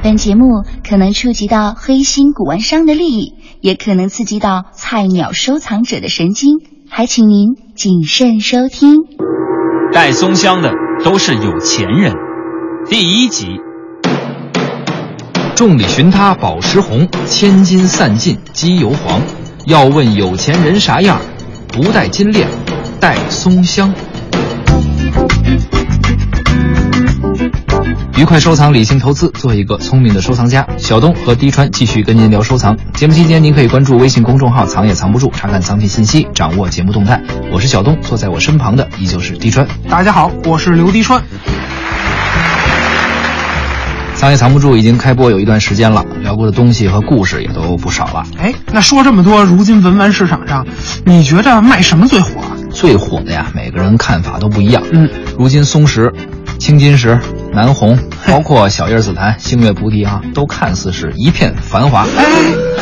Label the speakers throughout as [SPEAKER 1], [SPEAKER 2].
[SPEAKER 1] 本节目可能触及到黑心古玩商的利益，也可能刺激到菜鸟收藏者的神经，还请您谨慎收听。
[SPEAKER 2] 带松香的都是有钱人。第一集，
[SPEAKER 3] 众里寻他宝石红，千金散尽机油黄。要问有钱人啥样，不带金链，带松香。愉快收藏，理性投资，做一个聪明的收藏家。小东和滴川继续跟您聊收藏。节目期间，您可以关注微信公众号“藏也藏不住”，查看藏品信息，掌握节目动态。我是小东，坐在我身旁的依旧是滴川。
[SPEAKER 4] 大家好，我是刘滴川。
[SPEAKER 3] 藏也藏不住已经开播有一段时间了，聊过的东西和故事也都不少了。
[SPEAKER 4] 哎，那说这么多，如今文玩市场上，你觉着卖什么最火啊？
[SPEAKER 3] 最火的呀，每个人看法都不一样。
[SPEAKER 4] 嗯，
[SPEAKER 3] 如今松石、青金石、南红，包括小叶紫檀、星月菩提啊，都看似是一片繁华。
[SPEAKER 4] 哎，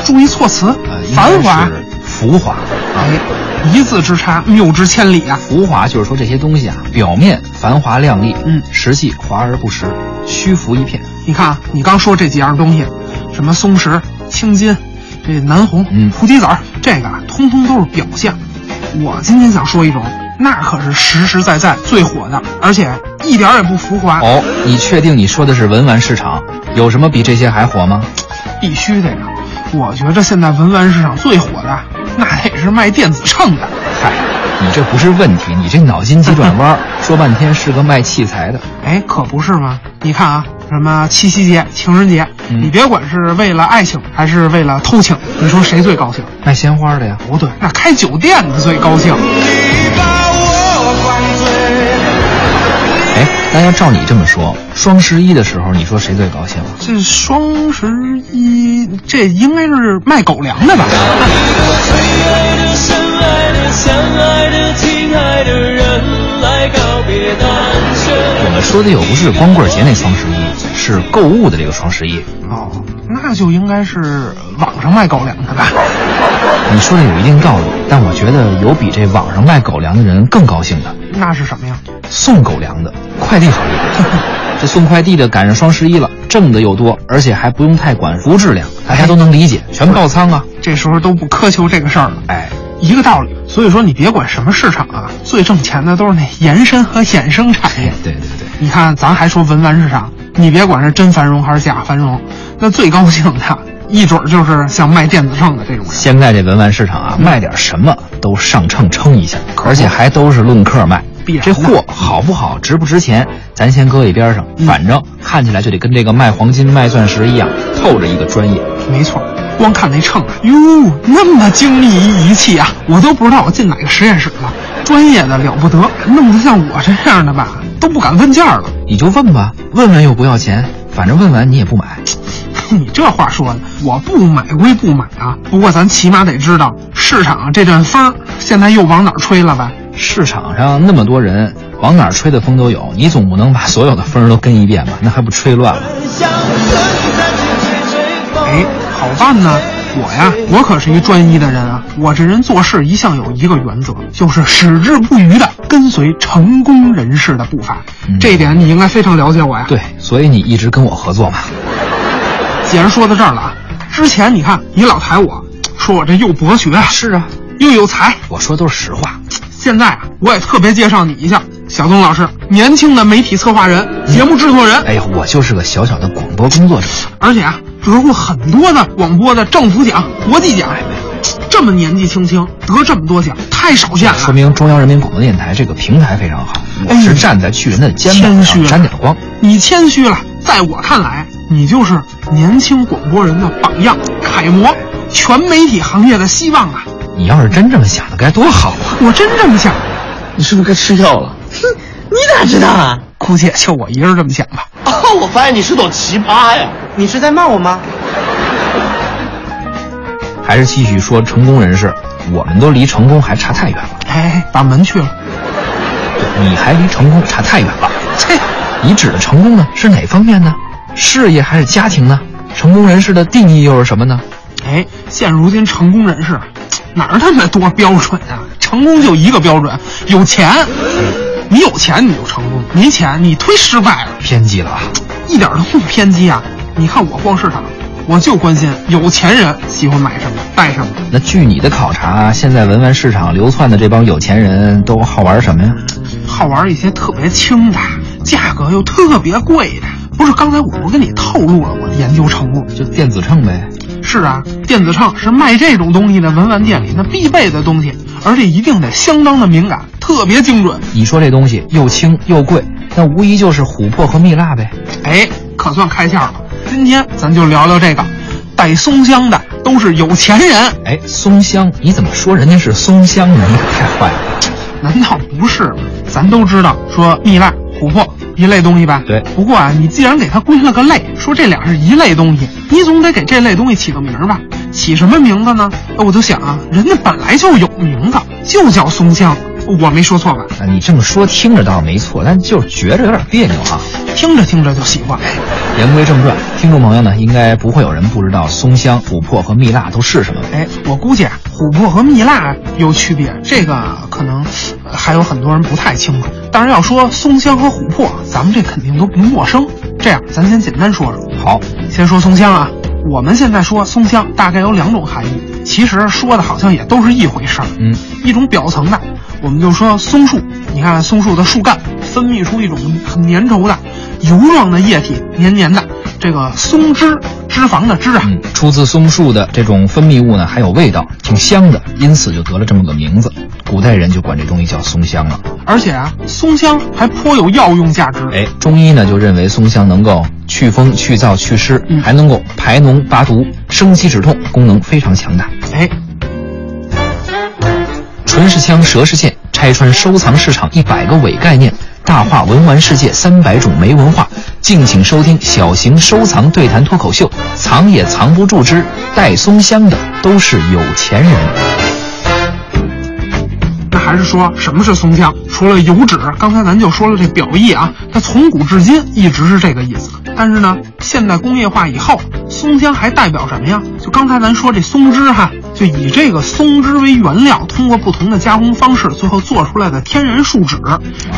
[SPEAKER 4] 注意措辞
[SPEAKER 3] 呃，，
[SPEAKER 4] 繁华
[SPEAKER 3] 应该。是浮华啊。
[SPEAKER 4] 哎，一字之差，谬之千里啊！
[SPEAKER 3] 浮华就是说这些东西啊，表面繁华亮丽，
[SPEAKER 4] 嗯
[SPEAKER 3] 实际华而不实，虚浮一片。
[SPEAKER 4] 你看啊，你刚说这几样东西，什么松石、青金、这南红、
[SPEAKER 3] 嗯
[SPEAKER 4] 菩提子儿，这个啊，通通都是表象。我今天想说一种，那可是实实在在最火的，而且一点儿也不浮华，
[SPEAKER 3] 哦，你确定你说的是文玩市场？有什么比这些还火吗？
[SPEAKER 4] 必须得的。我觉着现在文玩市场最火的，那也是卖电子秤的。
[SPEAKER 3] 嗨，你这不是问题，你这脑筋急转弯儿，说半天是个卖器材的。
[SPEAKER 4] 哎，可不是吗？你看啊，什么七夕节、情人节，
[SPEAKER 3] 嗯
[SPEAKER 4] 你别管是为了爱情还是为了偷情，你说谁最高兴？
[SPEAKER 3] 卖鲜花的呀，
[SPEAKER 4] 不对，那开酒店的最高兴。
[SPEAKER 3] 哎，那要照你这么说，双十一的时候，你说谁最高兴啊？
[SPEAKER 4] 这双十一，这应该是卖狗粮的吧？
[SPEAKER 3] 我们说的又不是光棍节那双十一，是购物的这个双十一。
[SPEAKER 4] 哦，那就应该是网上卖狗粮的吧？
[SPEAKER 3] 你说的有一定道理，但我觉得有比这网上卖狗粮的人更高兴的，
[SPEAKER 4] 那是什么呀？
[SPEAKER 3] 送狗粮的快递行业。 这送快递的赶上双十一了，挣的又多，而且还不用太管服务质量，大家都能理解，全爆仓啊！
[SPEAKER 4] 这时候都不苛求这个事儿了，
[SPEAKER 3] 哎，
[SPEAKER 4] 一个道理。所以说，你别管什么市场啊，最挣钱的都是那延伸和衍生产业。
[SPEAKER 3] 哎对对对，
[SPEAKER 4] 你看，咱还说文玩市场，你别管是真繁荣还是假繁荣，那最高兴的一准儿就是像卖电子秤的这种人。
[SPEAKER 3] 现在这文玩市场
[SPEAKER 4] 嗯
[SPEAKER 3] 啊，卖点什么都上秤称一下，而且还都是论克卖
[SPEAKER 4] 必。然的
[SPEAKER 3] 这货好不好，值不值钱，咱先搁一边上，
[SPEAKER 4] 嗯
[SPEAKER 3] 反正看起来就得跟这个卖黄金、卖钻石一样，透着一个专业。
[SPEAKER 4] 没错，光看那秤啊，哟，那么精密一仪器啊，我都不知道我进哪个实验室了。专业的了不得，弄得像我这样的吧，都不敢问价了。
[SPEAKER 3] 你就问吧，问问又不要钱，反正问完你也不买。
[SPEAKER 4] 你这话说的，我不买归不买啊，不过咱起码得知道市场啊这阵风儿现在又往哪儿吹了吧？
[SPEAKER 3] 市场上那么多人，往哪儿吹的风都有，你总不能把所有的风都跟一遍吧？那还不吹乱了？
[SPEAKER 4] 哎，
[SPEAKER 5] 嗯
[SPEAKER 4] 好办呢。我呀，我可是一专一的人啊！我这人做事一向有一个原则，就是矢志不渝的跟随成功人士的步伐。
[SPEAKER 3] 嗯
[SPEAKER 4] 这一点你应该非常了解我呀。
[SPEAKER 3] 对，所以你一直跟我合作嘛。
[SPEAKER 4] 既然说到这儿了啊，之前你看你老抬我，说我这又博学，是啊，又有才。
[SPEAKER 3] 我说都是实话。
[SPEAKER 4] 现在啊，我也特别介绍你一下，小东老师，年轻的媒体策划人、节目制作人，
[SPEAKER 3] 哎呀，我就是个小小的广播工作者。
[SPEAKER 4] 而且啊，得过很多的广播的政府奖、国际奖。这么年纪轻轻得这么多奖，太少见了。
[SPEAKER 3] 说明中央人民广播电台这个平台非常好，我
[SPEAKER 4] 啊哎
[SPEAKER 3] 是
[SPEAKER 4] 呦
[SPEAKER 3] 站在巨人的肩膀
[SPEAKER 4] 谦虚啊
[SPEAKER 3] 上
[SPEAKER 4] 了
[SPEAKER 3] 沾点光。
[SPEAKER 4] 你谦虚了，在我看来，你就是年轻广播人的榜样、楷模，全媒体行业的希望啊！
[SPEAKER 3] 你要是真这么想的，该多好啊！
[SPEAKER 4] 我真这么想，
[SPEAKER 5] 你是不是该吃药了？哼，你哪知道啊？
[SPEAKER 4] 估计也就我一人这么想吧。
[SPEAKER 5] 哦，我发现你是朵奇葩呀！
[SPEAKER 4] 你是在骂我吗？
[SPEAKER 3] 还是继续说成功人士，我们都离成功还差太远了，
[SPEAKER 4] 哎，把门去了。
[SPEAKER 3] 你还离成功差太远了。
[SPEAKER 4] 切，
[SPEAKER 3] 你指的成功呢，是哪方面呢？事业还是家庭呢？成功人士的定义又是什么呢？
[SPEAKER 4] 哎，现如今成功人士啊哪儿那么多标准啊？成功就一个标准，有钱。你有钱你就成功，没钱你忒失败了，
[SPEAKER 3] 偏激了啊！
[SPEAKER 4] 一点都不偏激啊！你看我逛市场，我就关心有钱人喜欢买什么、带什么。
[SPEAKER 3] 那据你的考察，现在文玩市场流窜的这帮有钱人都好玩什么呀？
[SPEAKER 4] 好玩一些特别轻的，价格又特别贵的。不是，刚才我不跟你透露了我的研究成果？
[SPEAKER 3] 就电子秤呗。
[SPEAKER 4] 是啊，电子秤是卖这种东西的文玩店里那必备的东西，而且一定得相当的敏感，特别精准。
[SPEAKER 3] 你说这东西又轻又贵，那无疑就是琥珀和蜜蜡呗。
[SPEAKER 4] 哎，可算开窍了。今天咱就聊聊这个，带松香的都是有钱人，
[SPEAKER 3] 哎，松香，你怎么说人家是松香呢？你可太坏了。
[SPEAKER 4] 难道不是吗？咱都知道说蜜蜡、琥珀一类东西吧？
[SPEAKER 3] 对
[SPEAKER 4] 不过啊，你既然给它归了个类，说这俩是一类东西，你总得给这类东西起个名儿吧？起什么名字呢？哎我就想啊，人家本来就有名字，就叫松香，我没说错吧？
[SPEAKER 3] 啊，你这么说听着倒没错，但就是觉着有点别扭啊。
[SPEAKER 4] 听着听着就习惯了。
[SPEAKER 3] 言归正传，听众朋友呢，应该不会有人不知道松香、琥珀和蜜蜡都是什么。
[SPEAKER 4] 哎，我估计啊，琥珀和蜜蜡有区别，这个可能呃还有很多人不太清楚。当然要说松香和琥珀，咱们这肯定都不陌生。这样，咱先简单说说。
[SPEAKER 3] 好，
[SPEAKER 4] 先说松香啊，我们现在说松香大概有两种含义，其实说的好像也都是一回事儿。
[SPEAKER 3] 嗯，
[SPEAKER 4] 一种表层的，我们就说松树，你看松树的树干分泌出一种很粘稠的油状的液体，黏黏的，这个松脂脂肪的脂啊，
[SPEAKER 3] 嗯，出自松树的这种分泌物呢，还有味道，挺香的，因此就得了这么个名字。古代人就管这东西叫松香了。
[SPEAKER 4] 而且啊，松香还颇有药用价值。
[SPEAKER 3] 哎，中医呢就认为松香能够祛风、去燥、祛湿，
[SPEAKER 4] 嗯
[SPEAKER 3] 还能够排脓拔毒、生肌止痛，功能非常强大。
[SPEAKER 4] 哎，
[SPEAKER 3] 唇是枪，舌是剑，拆穿收藏市场一百个伪概念，大话文玩世界三百种没文化。敬请收听小型收藏对谈脱口秀，《藏也藏不住之带松香的都是有钱人》。
[SPEAKER 4] 那还是说什么是松香？除了油脂，刚才咱就说了这表意啊，它从古至今一直是这个意思。但是呢，现代工业化以后，松香还代表什么呀？就刚才咱说这松脂哈，就以这个松脂为原料，通过不同的加工方式，最后做出来的天然树脂。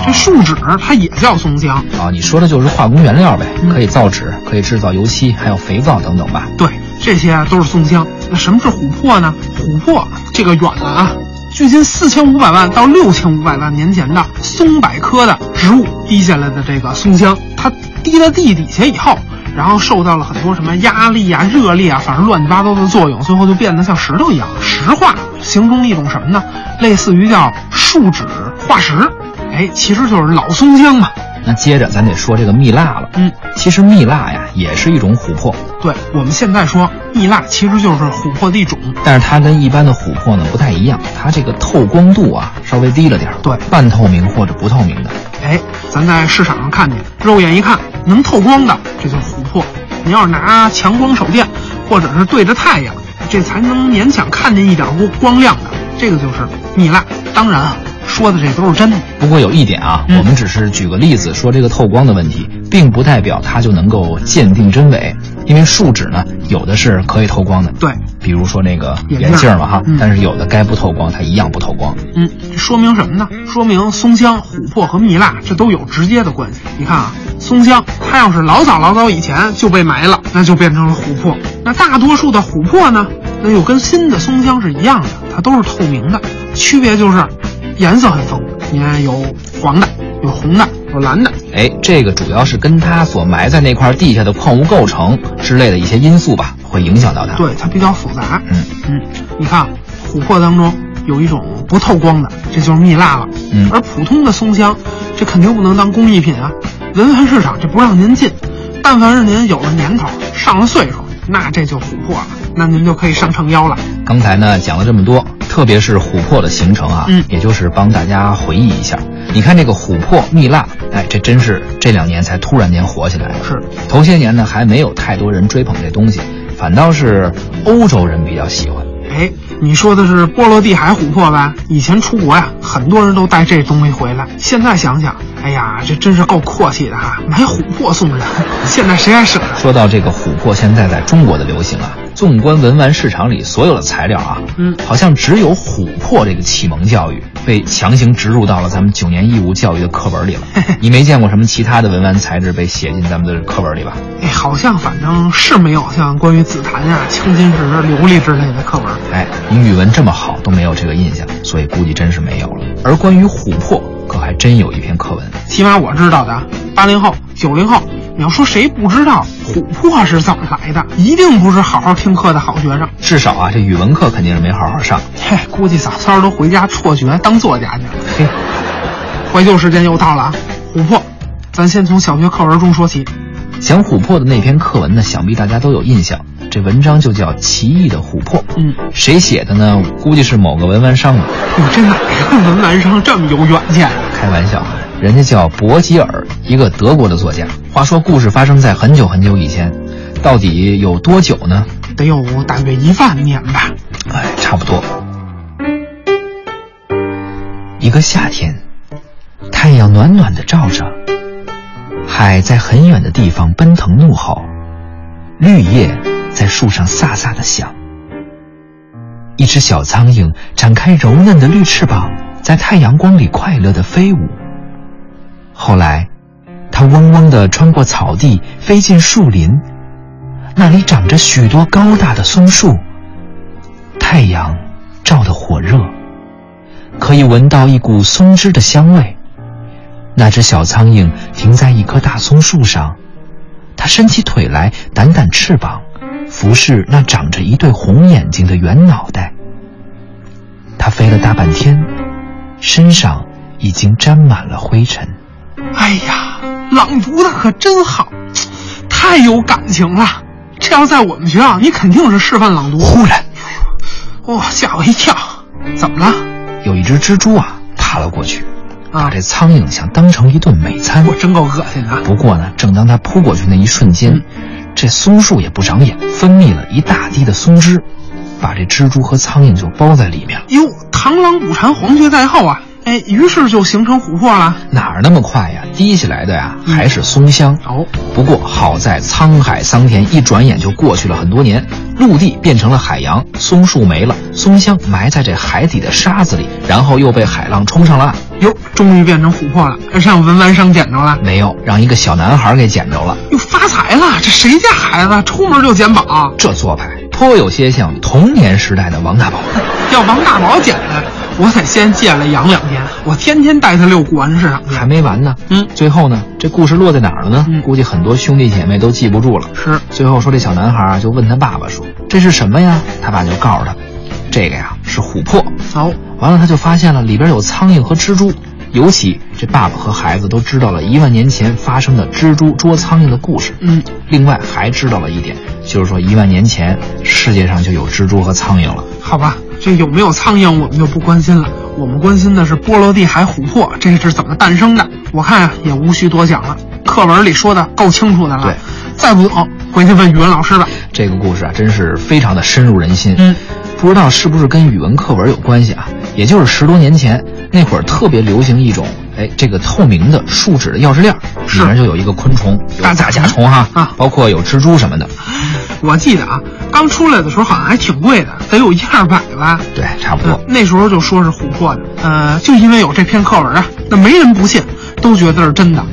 [SPEAKER 4] 这树脂它也叫松香。
[SPEAKER 3] 啊，你说的就是化工原料呗，
[SPEAKER 4] 嗯
[SPEAKER 3] 可以造纸，可以制造油漆，还有肥皂等等吧。
[SPEAKER 4] 对，这些啊都是松香。那什么是琥珀呢？琥珀这个远了啊，距今四千五百万到六千五百万年前的松柏科的植物滴下来的这个松香，它滴到地底下以后。然后受到了很多什么压力啊、热力啊，反正乱七八糟的作用，最后就变得像石头一样石化，形成一种什么呢？类似于叫树脂化石，哎，其实就是老松香嘛。
[SPEAKER 3] 那接着咱得说这个蜜蜡了。
[SPEAKER 4] 嗯，
[SPEAKER 3] 其实蜜蜡呀也是一种琥珀，
[SPEAKER 4] 对，我们现在说蜜蜡其实就是琥珀的一种，
[SPEAKER 3] 但是它跟一般的琥珀呢不太一样，它这个透光度啊稍微低了点儿，
[SPEAKER 4] 对
[SPEAKER 3] 半透明或者不透明的。
[SPEAKER 4] 哎，咱在市场上看见，肉眼一看能透光的，这就是琥珀。你要是拿强光手电，或者是对着太阳，这才能勉强看见一点光光亮的，这个就是蜜蜡。当然啊，说的这都是真的。
[SPEAKER 3] 不过有一点啊，
[SPEAKER 4] 嗯
[SPEAKER 3] 我们只是举个例子说这个透光的问题，并不代表它就能够鉴定真伪，因为树脂呢有的是可以透光的，
[SPEAKER 4] 对，
[SPEAKER 3] 比如说那个
[SPEAKER 4] 眼
[SPEAKER 3] 眼
[SPEAKER 4] 镜
[SPEAKER 3] 镜
[SPEAKER 4] 儿
[SPEAKER 3] 嘛哈，
[SPEAKER 4] 嗯
[SPEAKER 3] 但是有的该不透光它一样不透光。
[SPEAKER 4] 嗯，这说明什么呢？说明松香、琥珀和蜜蜡这都有直接的关系。你看啊，松香它要是老早老早以前就被埋了，那就变成了琥珀。那大多数的琥珀呢，那又跟新的松香是一样的，它都是透明的，区别就是颜色很丰富。你看有黄的，有红的，有蓝的。
[SPEAKER 3] 哎，这个主要是跟它所埋在那块地下的矿物构成之类的一些因素吧，会影响到它。，
[SPEAKER 4] 对，它比较复杂。
[SPEAKER 3] 嗯
[SPEAKER 4] 嗯，你看啊琥珀当中有一种不透光的，这就是蜜蜡了。
[SPEAKER 3] 嗯
[SPEAKER 4] 而普通的松香，这肯定不能当工艺品啊，文玩市场这不让您进。但凡是您有了年头，上了岁数，那这就琥珀了，那您就可以上秤腰了。
[SPEAKER 3] 刚才呢讲了这么多，特别是琥珀的形成啊，
[SPEAKER 4] 嗯
[SPEAKER 3] 也就是帮大家回忆一下。你看这个琥珀蜜蜡，哎，这真是这两年才突然间火起来。
[SPEAKER 4] 是，
[SPEAKER 3] 头些年呢还没有太多人追捧这东西，反倒是欧洲人比较喜欢。
[SPEAKER 4] 哎，你说的是波罗的海琥珀吧？以前出国呀，很多人都带这东西回来。现在想想，哎呀，这真是够阔气的哈、买琥珀送人，现在谁还舍得？
[SPEAKER 3] 说到这个琥珀，现在在中国的流行啊，纵观文玩市场里所有的材料啊，
[SPEAKER 4] 嗯
[SPEAKER 3] 好像只有琥珀这个启蒙教育被强行植入到了咱们九年义务教育的课本里了。你没见过什么其他的文玩材质被写进咱们的课本里吧？
[SPEAKER 4] 哎，好像反正是没有像关于紫檀呀、青金石、琉璃之类的课文。
[SPEAKER 3] 哎，您语文这么好都没有这个印象，所以估计真是没有了。而关于琥珀，可还真有一篇课文。
[SPEAKER 4] 起码我知道的，啊八零后、九零后，你要说谁不知道琥珀是怎么来的，一定不是好好听课的好学生。
[SPEAKER 3] 至少啊，这语文课肯定是没好好上。
[SPEAKER 4] 嘿，估计早三儿都回家辍学当作家去了。
[SPEAKER 3] 嘿，
[SPEAKER 4] 怀旧时间又到了啊！琥珀，咱先从小学课文中说起。
[SPEAKER 3] 讲琥珀的那篇课文呢，想必大家都有印象。这文章就叫《奇异的琥珀》。
[SPEAKER 4] 嗯，
[SPEAKER 3] 谁写的呢？估计是某个文玩商吧。
[SPEAKER 4] 哟，这哪个文玩商这么有远见？啊
[SPEAKER 3] 开玩笑，人家叫伯吉尔，一个德国的作家。话说故事发生在很久很久以前，到底有多久呢？
[SPEAKER 4] 得有大约一万年吧。
[SPEAKER 3] 哎，差不多。一个夏天，太阳暖暖的照着，海在很远的地方奔腾怒吼，绿叶在树上飒飒的响。一只小苍蝇展开柔嫩的绿翅膀，在太阳光里快乐的飞舞。后来，它嗡嗡地穿过草地，飞进树林，那里长着许多高大的松树。太阳照得火热，可以闻到一股松枝的香味。那只小苍蝇停在一棵大松树上，它伸起腿来，掸掸翅膀，服侍那长着一对红眼睛的圆脑袋。它飞了大半天，身上已经沾满了灰尘。
[SPEAKER 4] 哎呀，朗读的可真好，太有感情了。这要在我们学校，你肯定是示范朗读。
[SPEAKER 3] 忽然，
[SPEAKER 4] 哦，吓我一跳！怎么了？
[SPEAKER 3] 有一只蜘蛛啊爬了过去，把
[SPEAKER 4] 啊
[SPEAKER 3] 这，苍蝇想当成一顿美餐。
[SPEAKER 4] 我真够恶心的。
[SPEAKER 3] 不过呢，正当它扑过去那一瞬间，这松树也不长眼，分泌了一大滴的松脂，把这蜘蛛和苍蝇就包在里面了。
[SPEAKER 4] 哟，螳螂捕蝉，黄雀在后啊！哎，于是就形成琥珀了。
[SPEAKER 3] 哪儿那么快呀？滴起来的呀，还是松香。
[SPEAKER 4] 哦，
[SPEAKER 3] 不过好在沧海桑田，一转眼就过去了很多年，陆地变成了海洋，松树没了，松香埋在这海底的沙子里，然后又被海浪冲上了岸。
[SPEAKER 4] 哟，终于变成琥珀了，让文玩商捡着了。
[SPEAKER 3] 没有，让一个小男孩给捡着了。
[SPEAKER 4] 又发财了，这谁家孩子出门就捡宝？
[SPEAKER 3] 这做派颇有些像童年时代的王大宝。
[SPEAKER 4] 要王大宝捡的，我得先借来养两天。我天天带他溜古玩市场去
[SPEAKER 3] 还。没完呢。
[SPEAKER 4] 嗯
[SPEAKER 3] 最后呢，这故事落在哪儿了呢？
[SPEAKER 4] 嗯
[SPEAKER 3] 估计很多兄弟姐妹都记不住了。
[SPEAKER 4] 是，
[SPEAKER 3] 最后说，这小男孩啊就问他爸爸说：“这是什么呀？”他爸就告诉他：“这个呀是琥珀。
[SPEAKER 4] 哦，”
[SPEAKER 3] 完了，他就发现了里边有苍蝇和蜘蛛。尤其这爸爸和孩子都知道了一万年前发生的蜘蛛捉苍蝇的故事。
[SPEAKER 4] 嗯，
[SPEAKER 3] 另外还知道了一点，就是说一万年前世界上就有蜘蛛和苍蝇了。
[SPEAKER 4] 好吧，这有没有苍蝇我们就不关心了，我们关心的是波罗的海琥珀这是怎么诞生的。我看啊，也无需多讲了，课文里说的够清楚的了。
[SPEAKER 3] 对，
[SPEAKER 4] 再不懂回去问语文老师吧。
[SPEAKER 3] 这个故事啊，真是非常的深入人心。
[SPEAKER 4] 嗯，
[SPEAKER 3] 不知道是不是跟语文课文有关系啊？也就是十多年前那会儿，特别流行一种，哎，这个透明的树脂的钥匙链儿，
[SPEAKER 4] 是
[SPEAKER 3] 里面就有一个昆虫，有
[SPEAKER 4] 大
[SPEAKER 3] 甲
[SPEAKER 4] 甲
[SPEAKER 3] 虫哈，
[SPEAKER 4] 啊
[SPEAKER 3] 包括有蜘蛛什么的。
[SPEAKER 4] 我记得啊，刚出来的时候好像还挺贵的，得有一二百吧。
[SPEAKER 3] 对，差不
[SPEAKER 4] 嗯
[SPEAKER 3] 多。
[SPEAKER 4] 那时候就说是琥珀的，呃，就因为有这篇课文啊，那没人不信，都觉得是真的。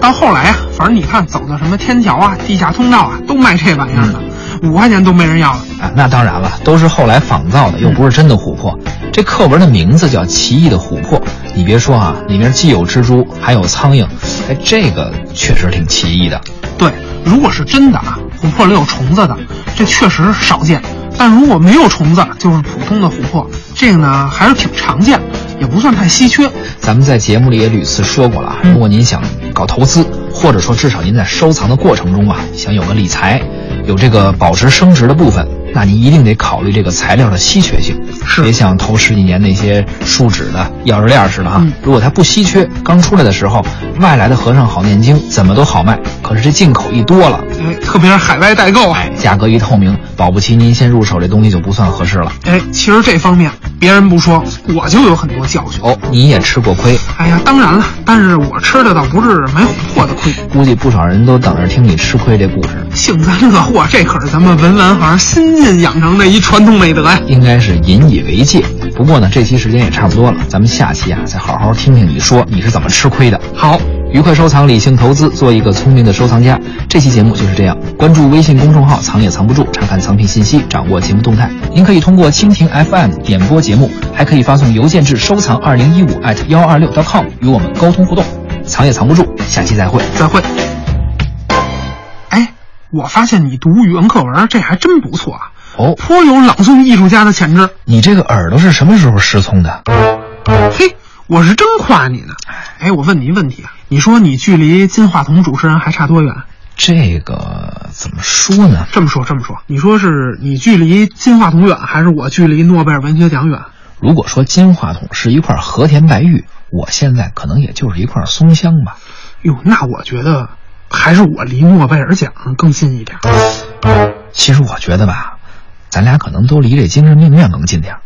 [SPEAKER 4] 到后来啊，反正你看走到什么天桥啊、地下通道啊，都卖这玩意儿的，五块钱都没人要了。
[SPEAKER 3] 啊，那当然了，都是后来仿造的，又不是真的琥珀。这课文的名字叫《奇异的琥珀》，你别说啊，里面既有蜘蛛，还有苍蝇，哎，这个确实挺奇异的。
[SPEAKER 4] 对，如果是真的啊，琥珀里有虫子的，这确实少见。但如果没有虫子，就是普通的琥珀，这个呢还是挺常见，也不算太稀缺。
[SPEAKER 3] 咱们在节目里也屡次说过了啊，
[SPEAKER 4] 嗯
[SPEAKER 3] 如果您想搞投资，或者说至少您在收藏的过程中啊，想有个理财，有这个保值升值的部分，那你一定得考虑这个材料的稀缺性，
[SPEAKER 4] 是
[SPEAKER 3] 别像头十几年那些树脂的、钥匙链儿似的哈、啊
[SPEAKER 4] 嗯
[SPEAKER 3] 如果它不稀缺，刚出来的时候，外来的和尚好念经，怎么都好卖。可是这进口一多了，哎
[SPEAKER 4] 哎，特别是海外代购啊，
[SPEAKER 3] 价格一透明，保不齐您先入手这东西就不算合适了。
[SPEAKER 4] 哎，其实这方面别人不说，我就有很多教训。
[SPEAKER 3] 哦，你也吃过亏，
[SPEAKER 4] 哎呀，当然了，但是我吃的倒不是没琥珀的亏。
[SPEAKER 3] 估计不少人都等着听你吃亏这故事。
[SPEAKER 4] 幸灾乐祸，这可是咱们文玩行新近养成的一传统美德呀。
[SPEAKER 3] 应该是引以为戒。不过呢，这期时间也差不多了，咱们下期啊再好好听听你说你是怎么吃亏的。
[SPEAKER 4] 好，
[SPEAKER 3] 愉快收藏，理性投资，做一个聪明的收藏家。这期节目就是这样，关注微信公众号“藏也藏不住”，查看藏品信息，掌握节目动态。您可以通过蜻蜓 FM 点播节目，还可以发送邮件至收藏二零一五艾特幺二六 .com 与我们沟通互动。藏也藏不住，下期再会。
[SPEAKER 4] 再会。哎，我发现你读语文课文这还真不错啊，
[SPEAKER 3] 哦，
[SPEAKER 4] 颇有朗诵艺术家的潜质。
[SPEAKER 3] 你这个耳朵是什么时候失聪的？
[SPEAKER 4] 嘿，我是真夸你呢。哎，我问你一问题啊，你说你距离金话筒主持人还差多远？
[SPEAKER 3] 这个怎么说呢？
[SPEAKER 4] 这么说，这么说，你说是你距离金话筒远，还是我距离诺贝尔文学奖远？
[SPEAKER 3] 如果说金话筒是一块和田白玉，我现在可能也就是一块松香吧。
[SPEAKER 4] 哟，那我觉得还是我离诺贝尔奖更近一点。
[SPEAKER 3] 其实我觉得吧，咱俩可能都离这精神病院更近点儿。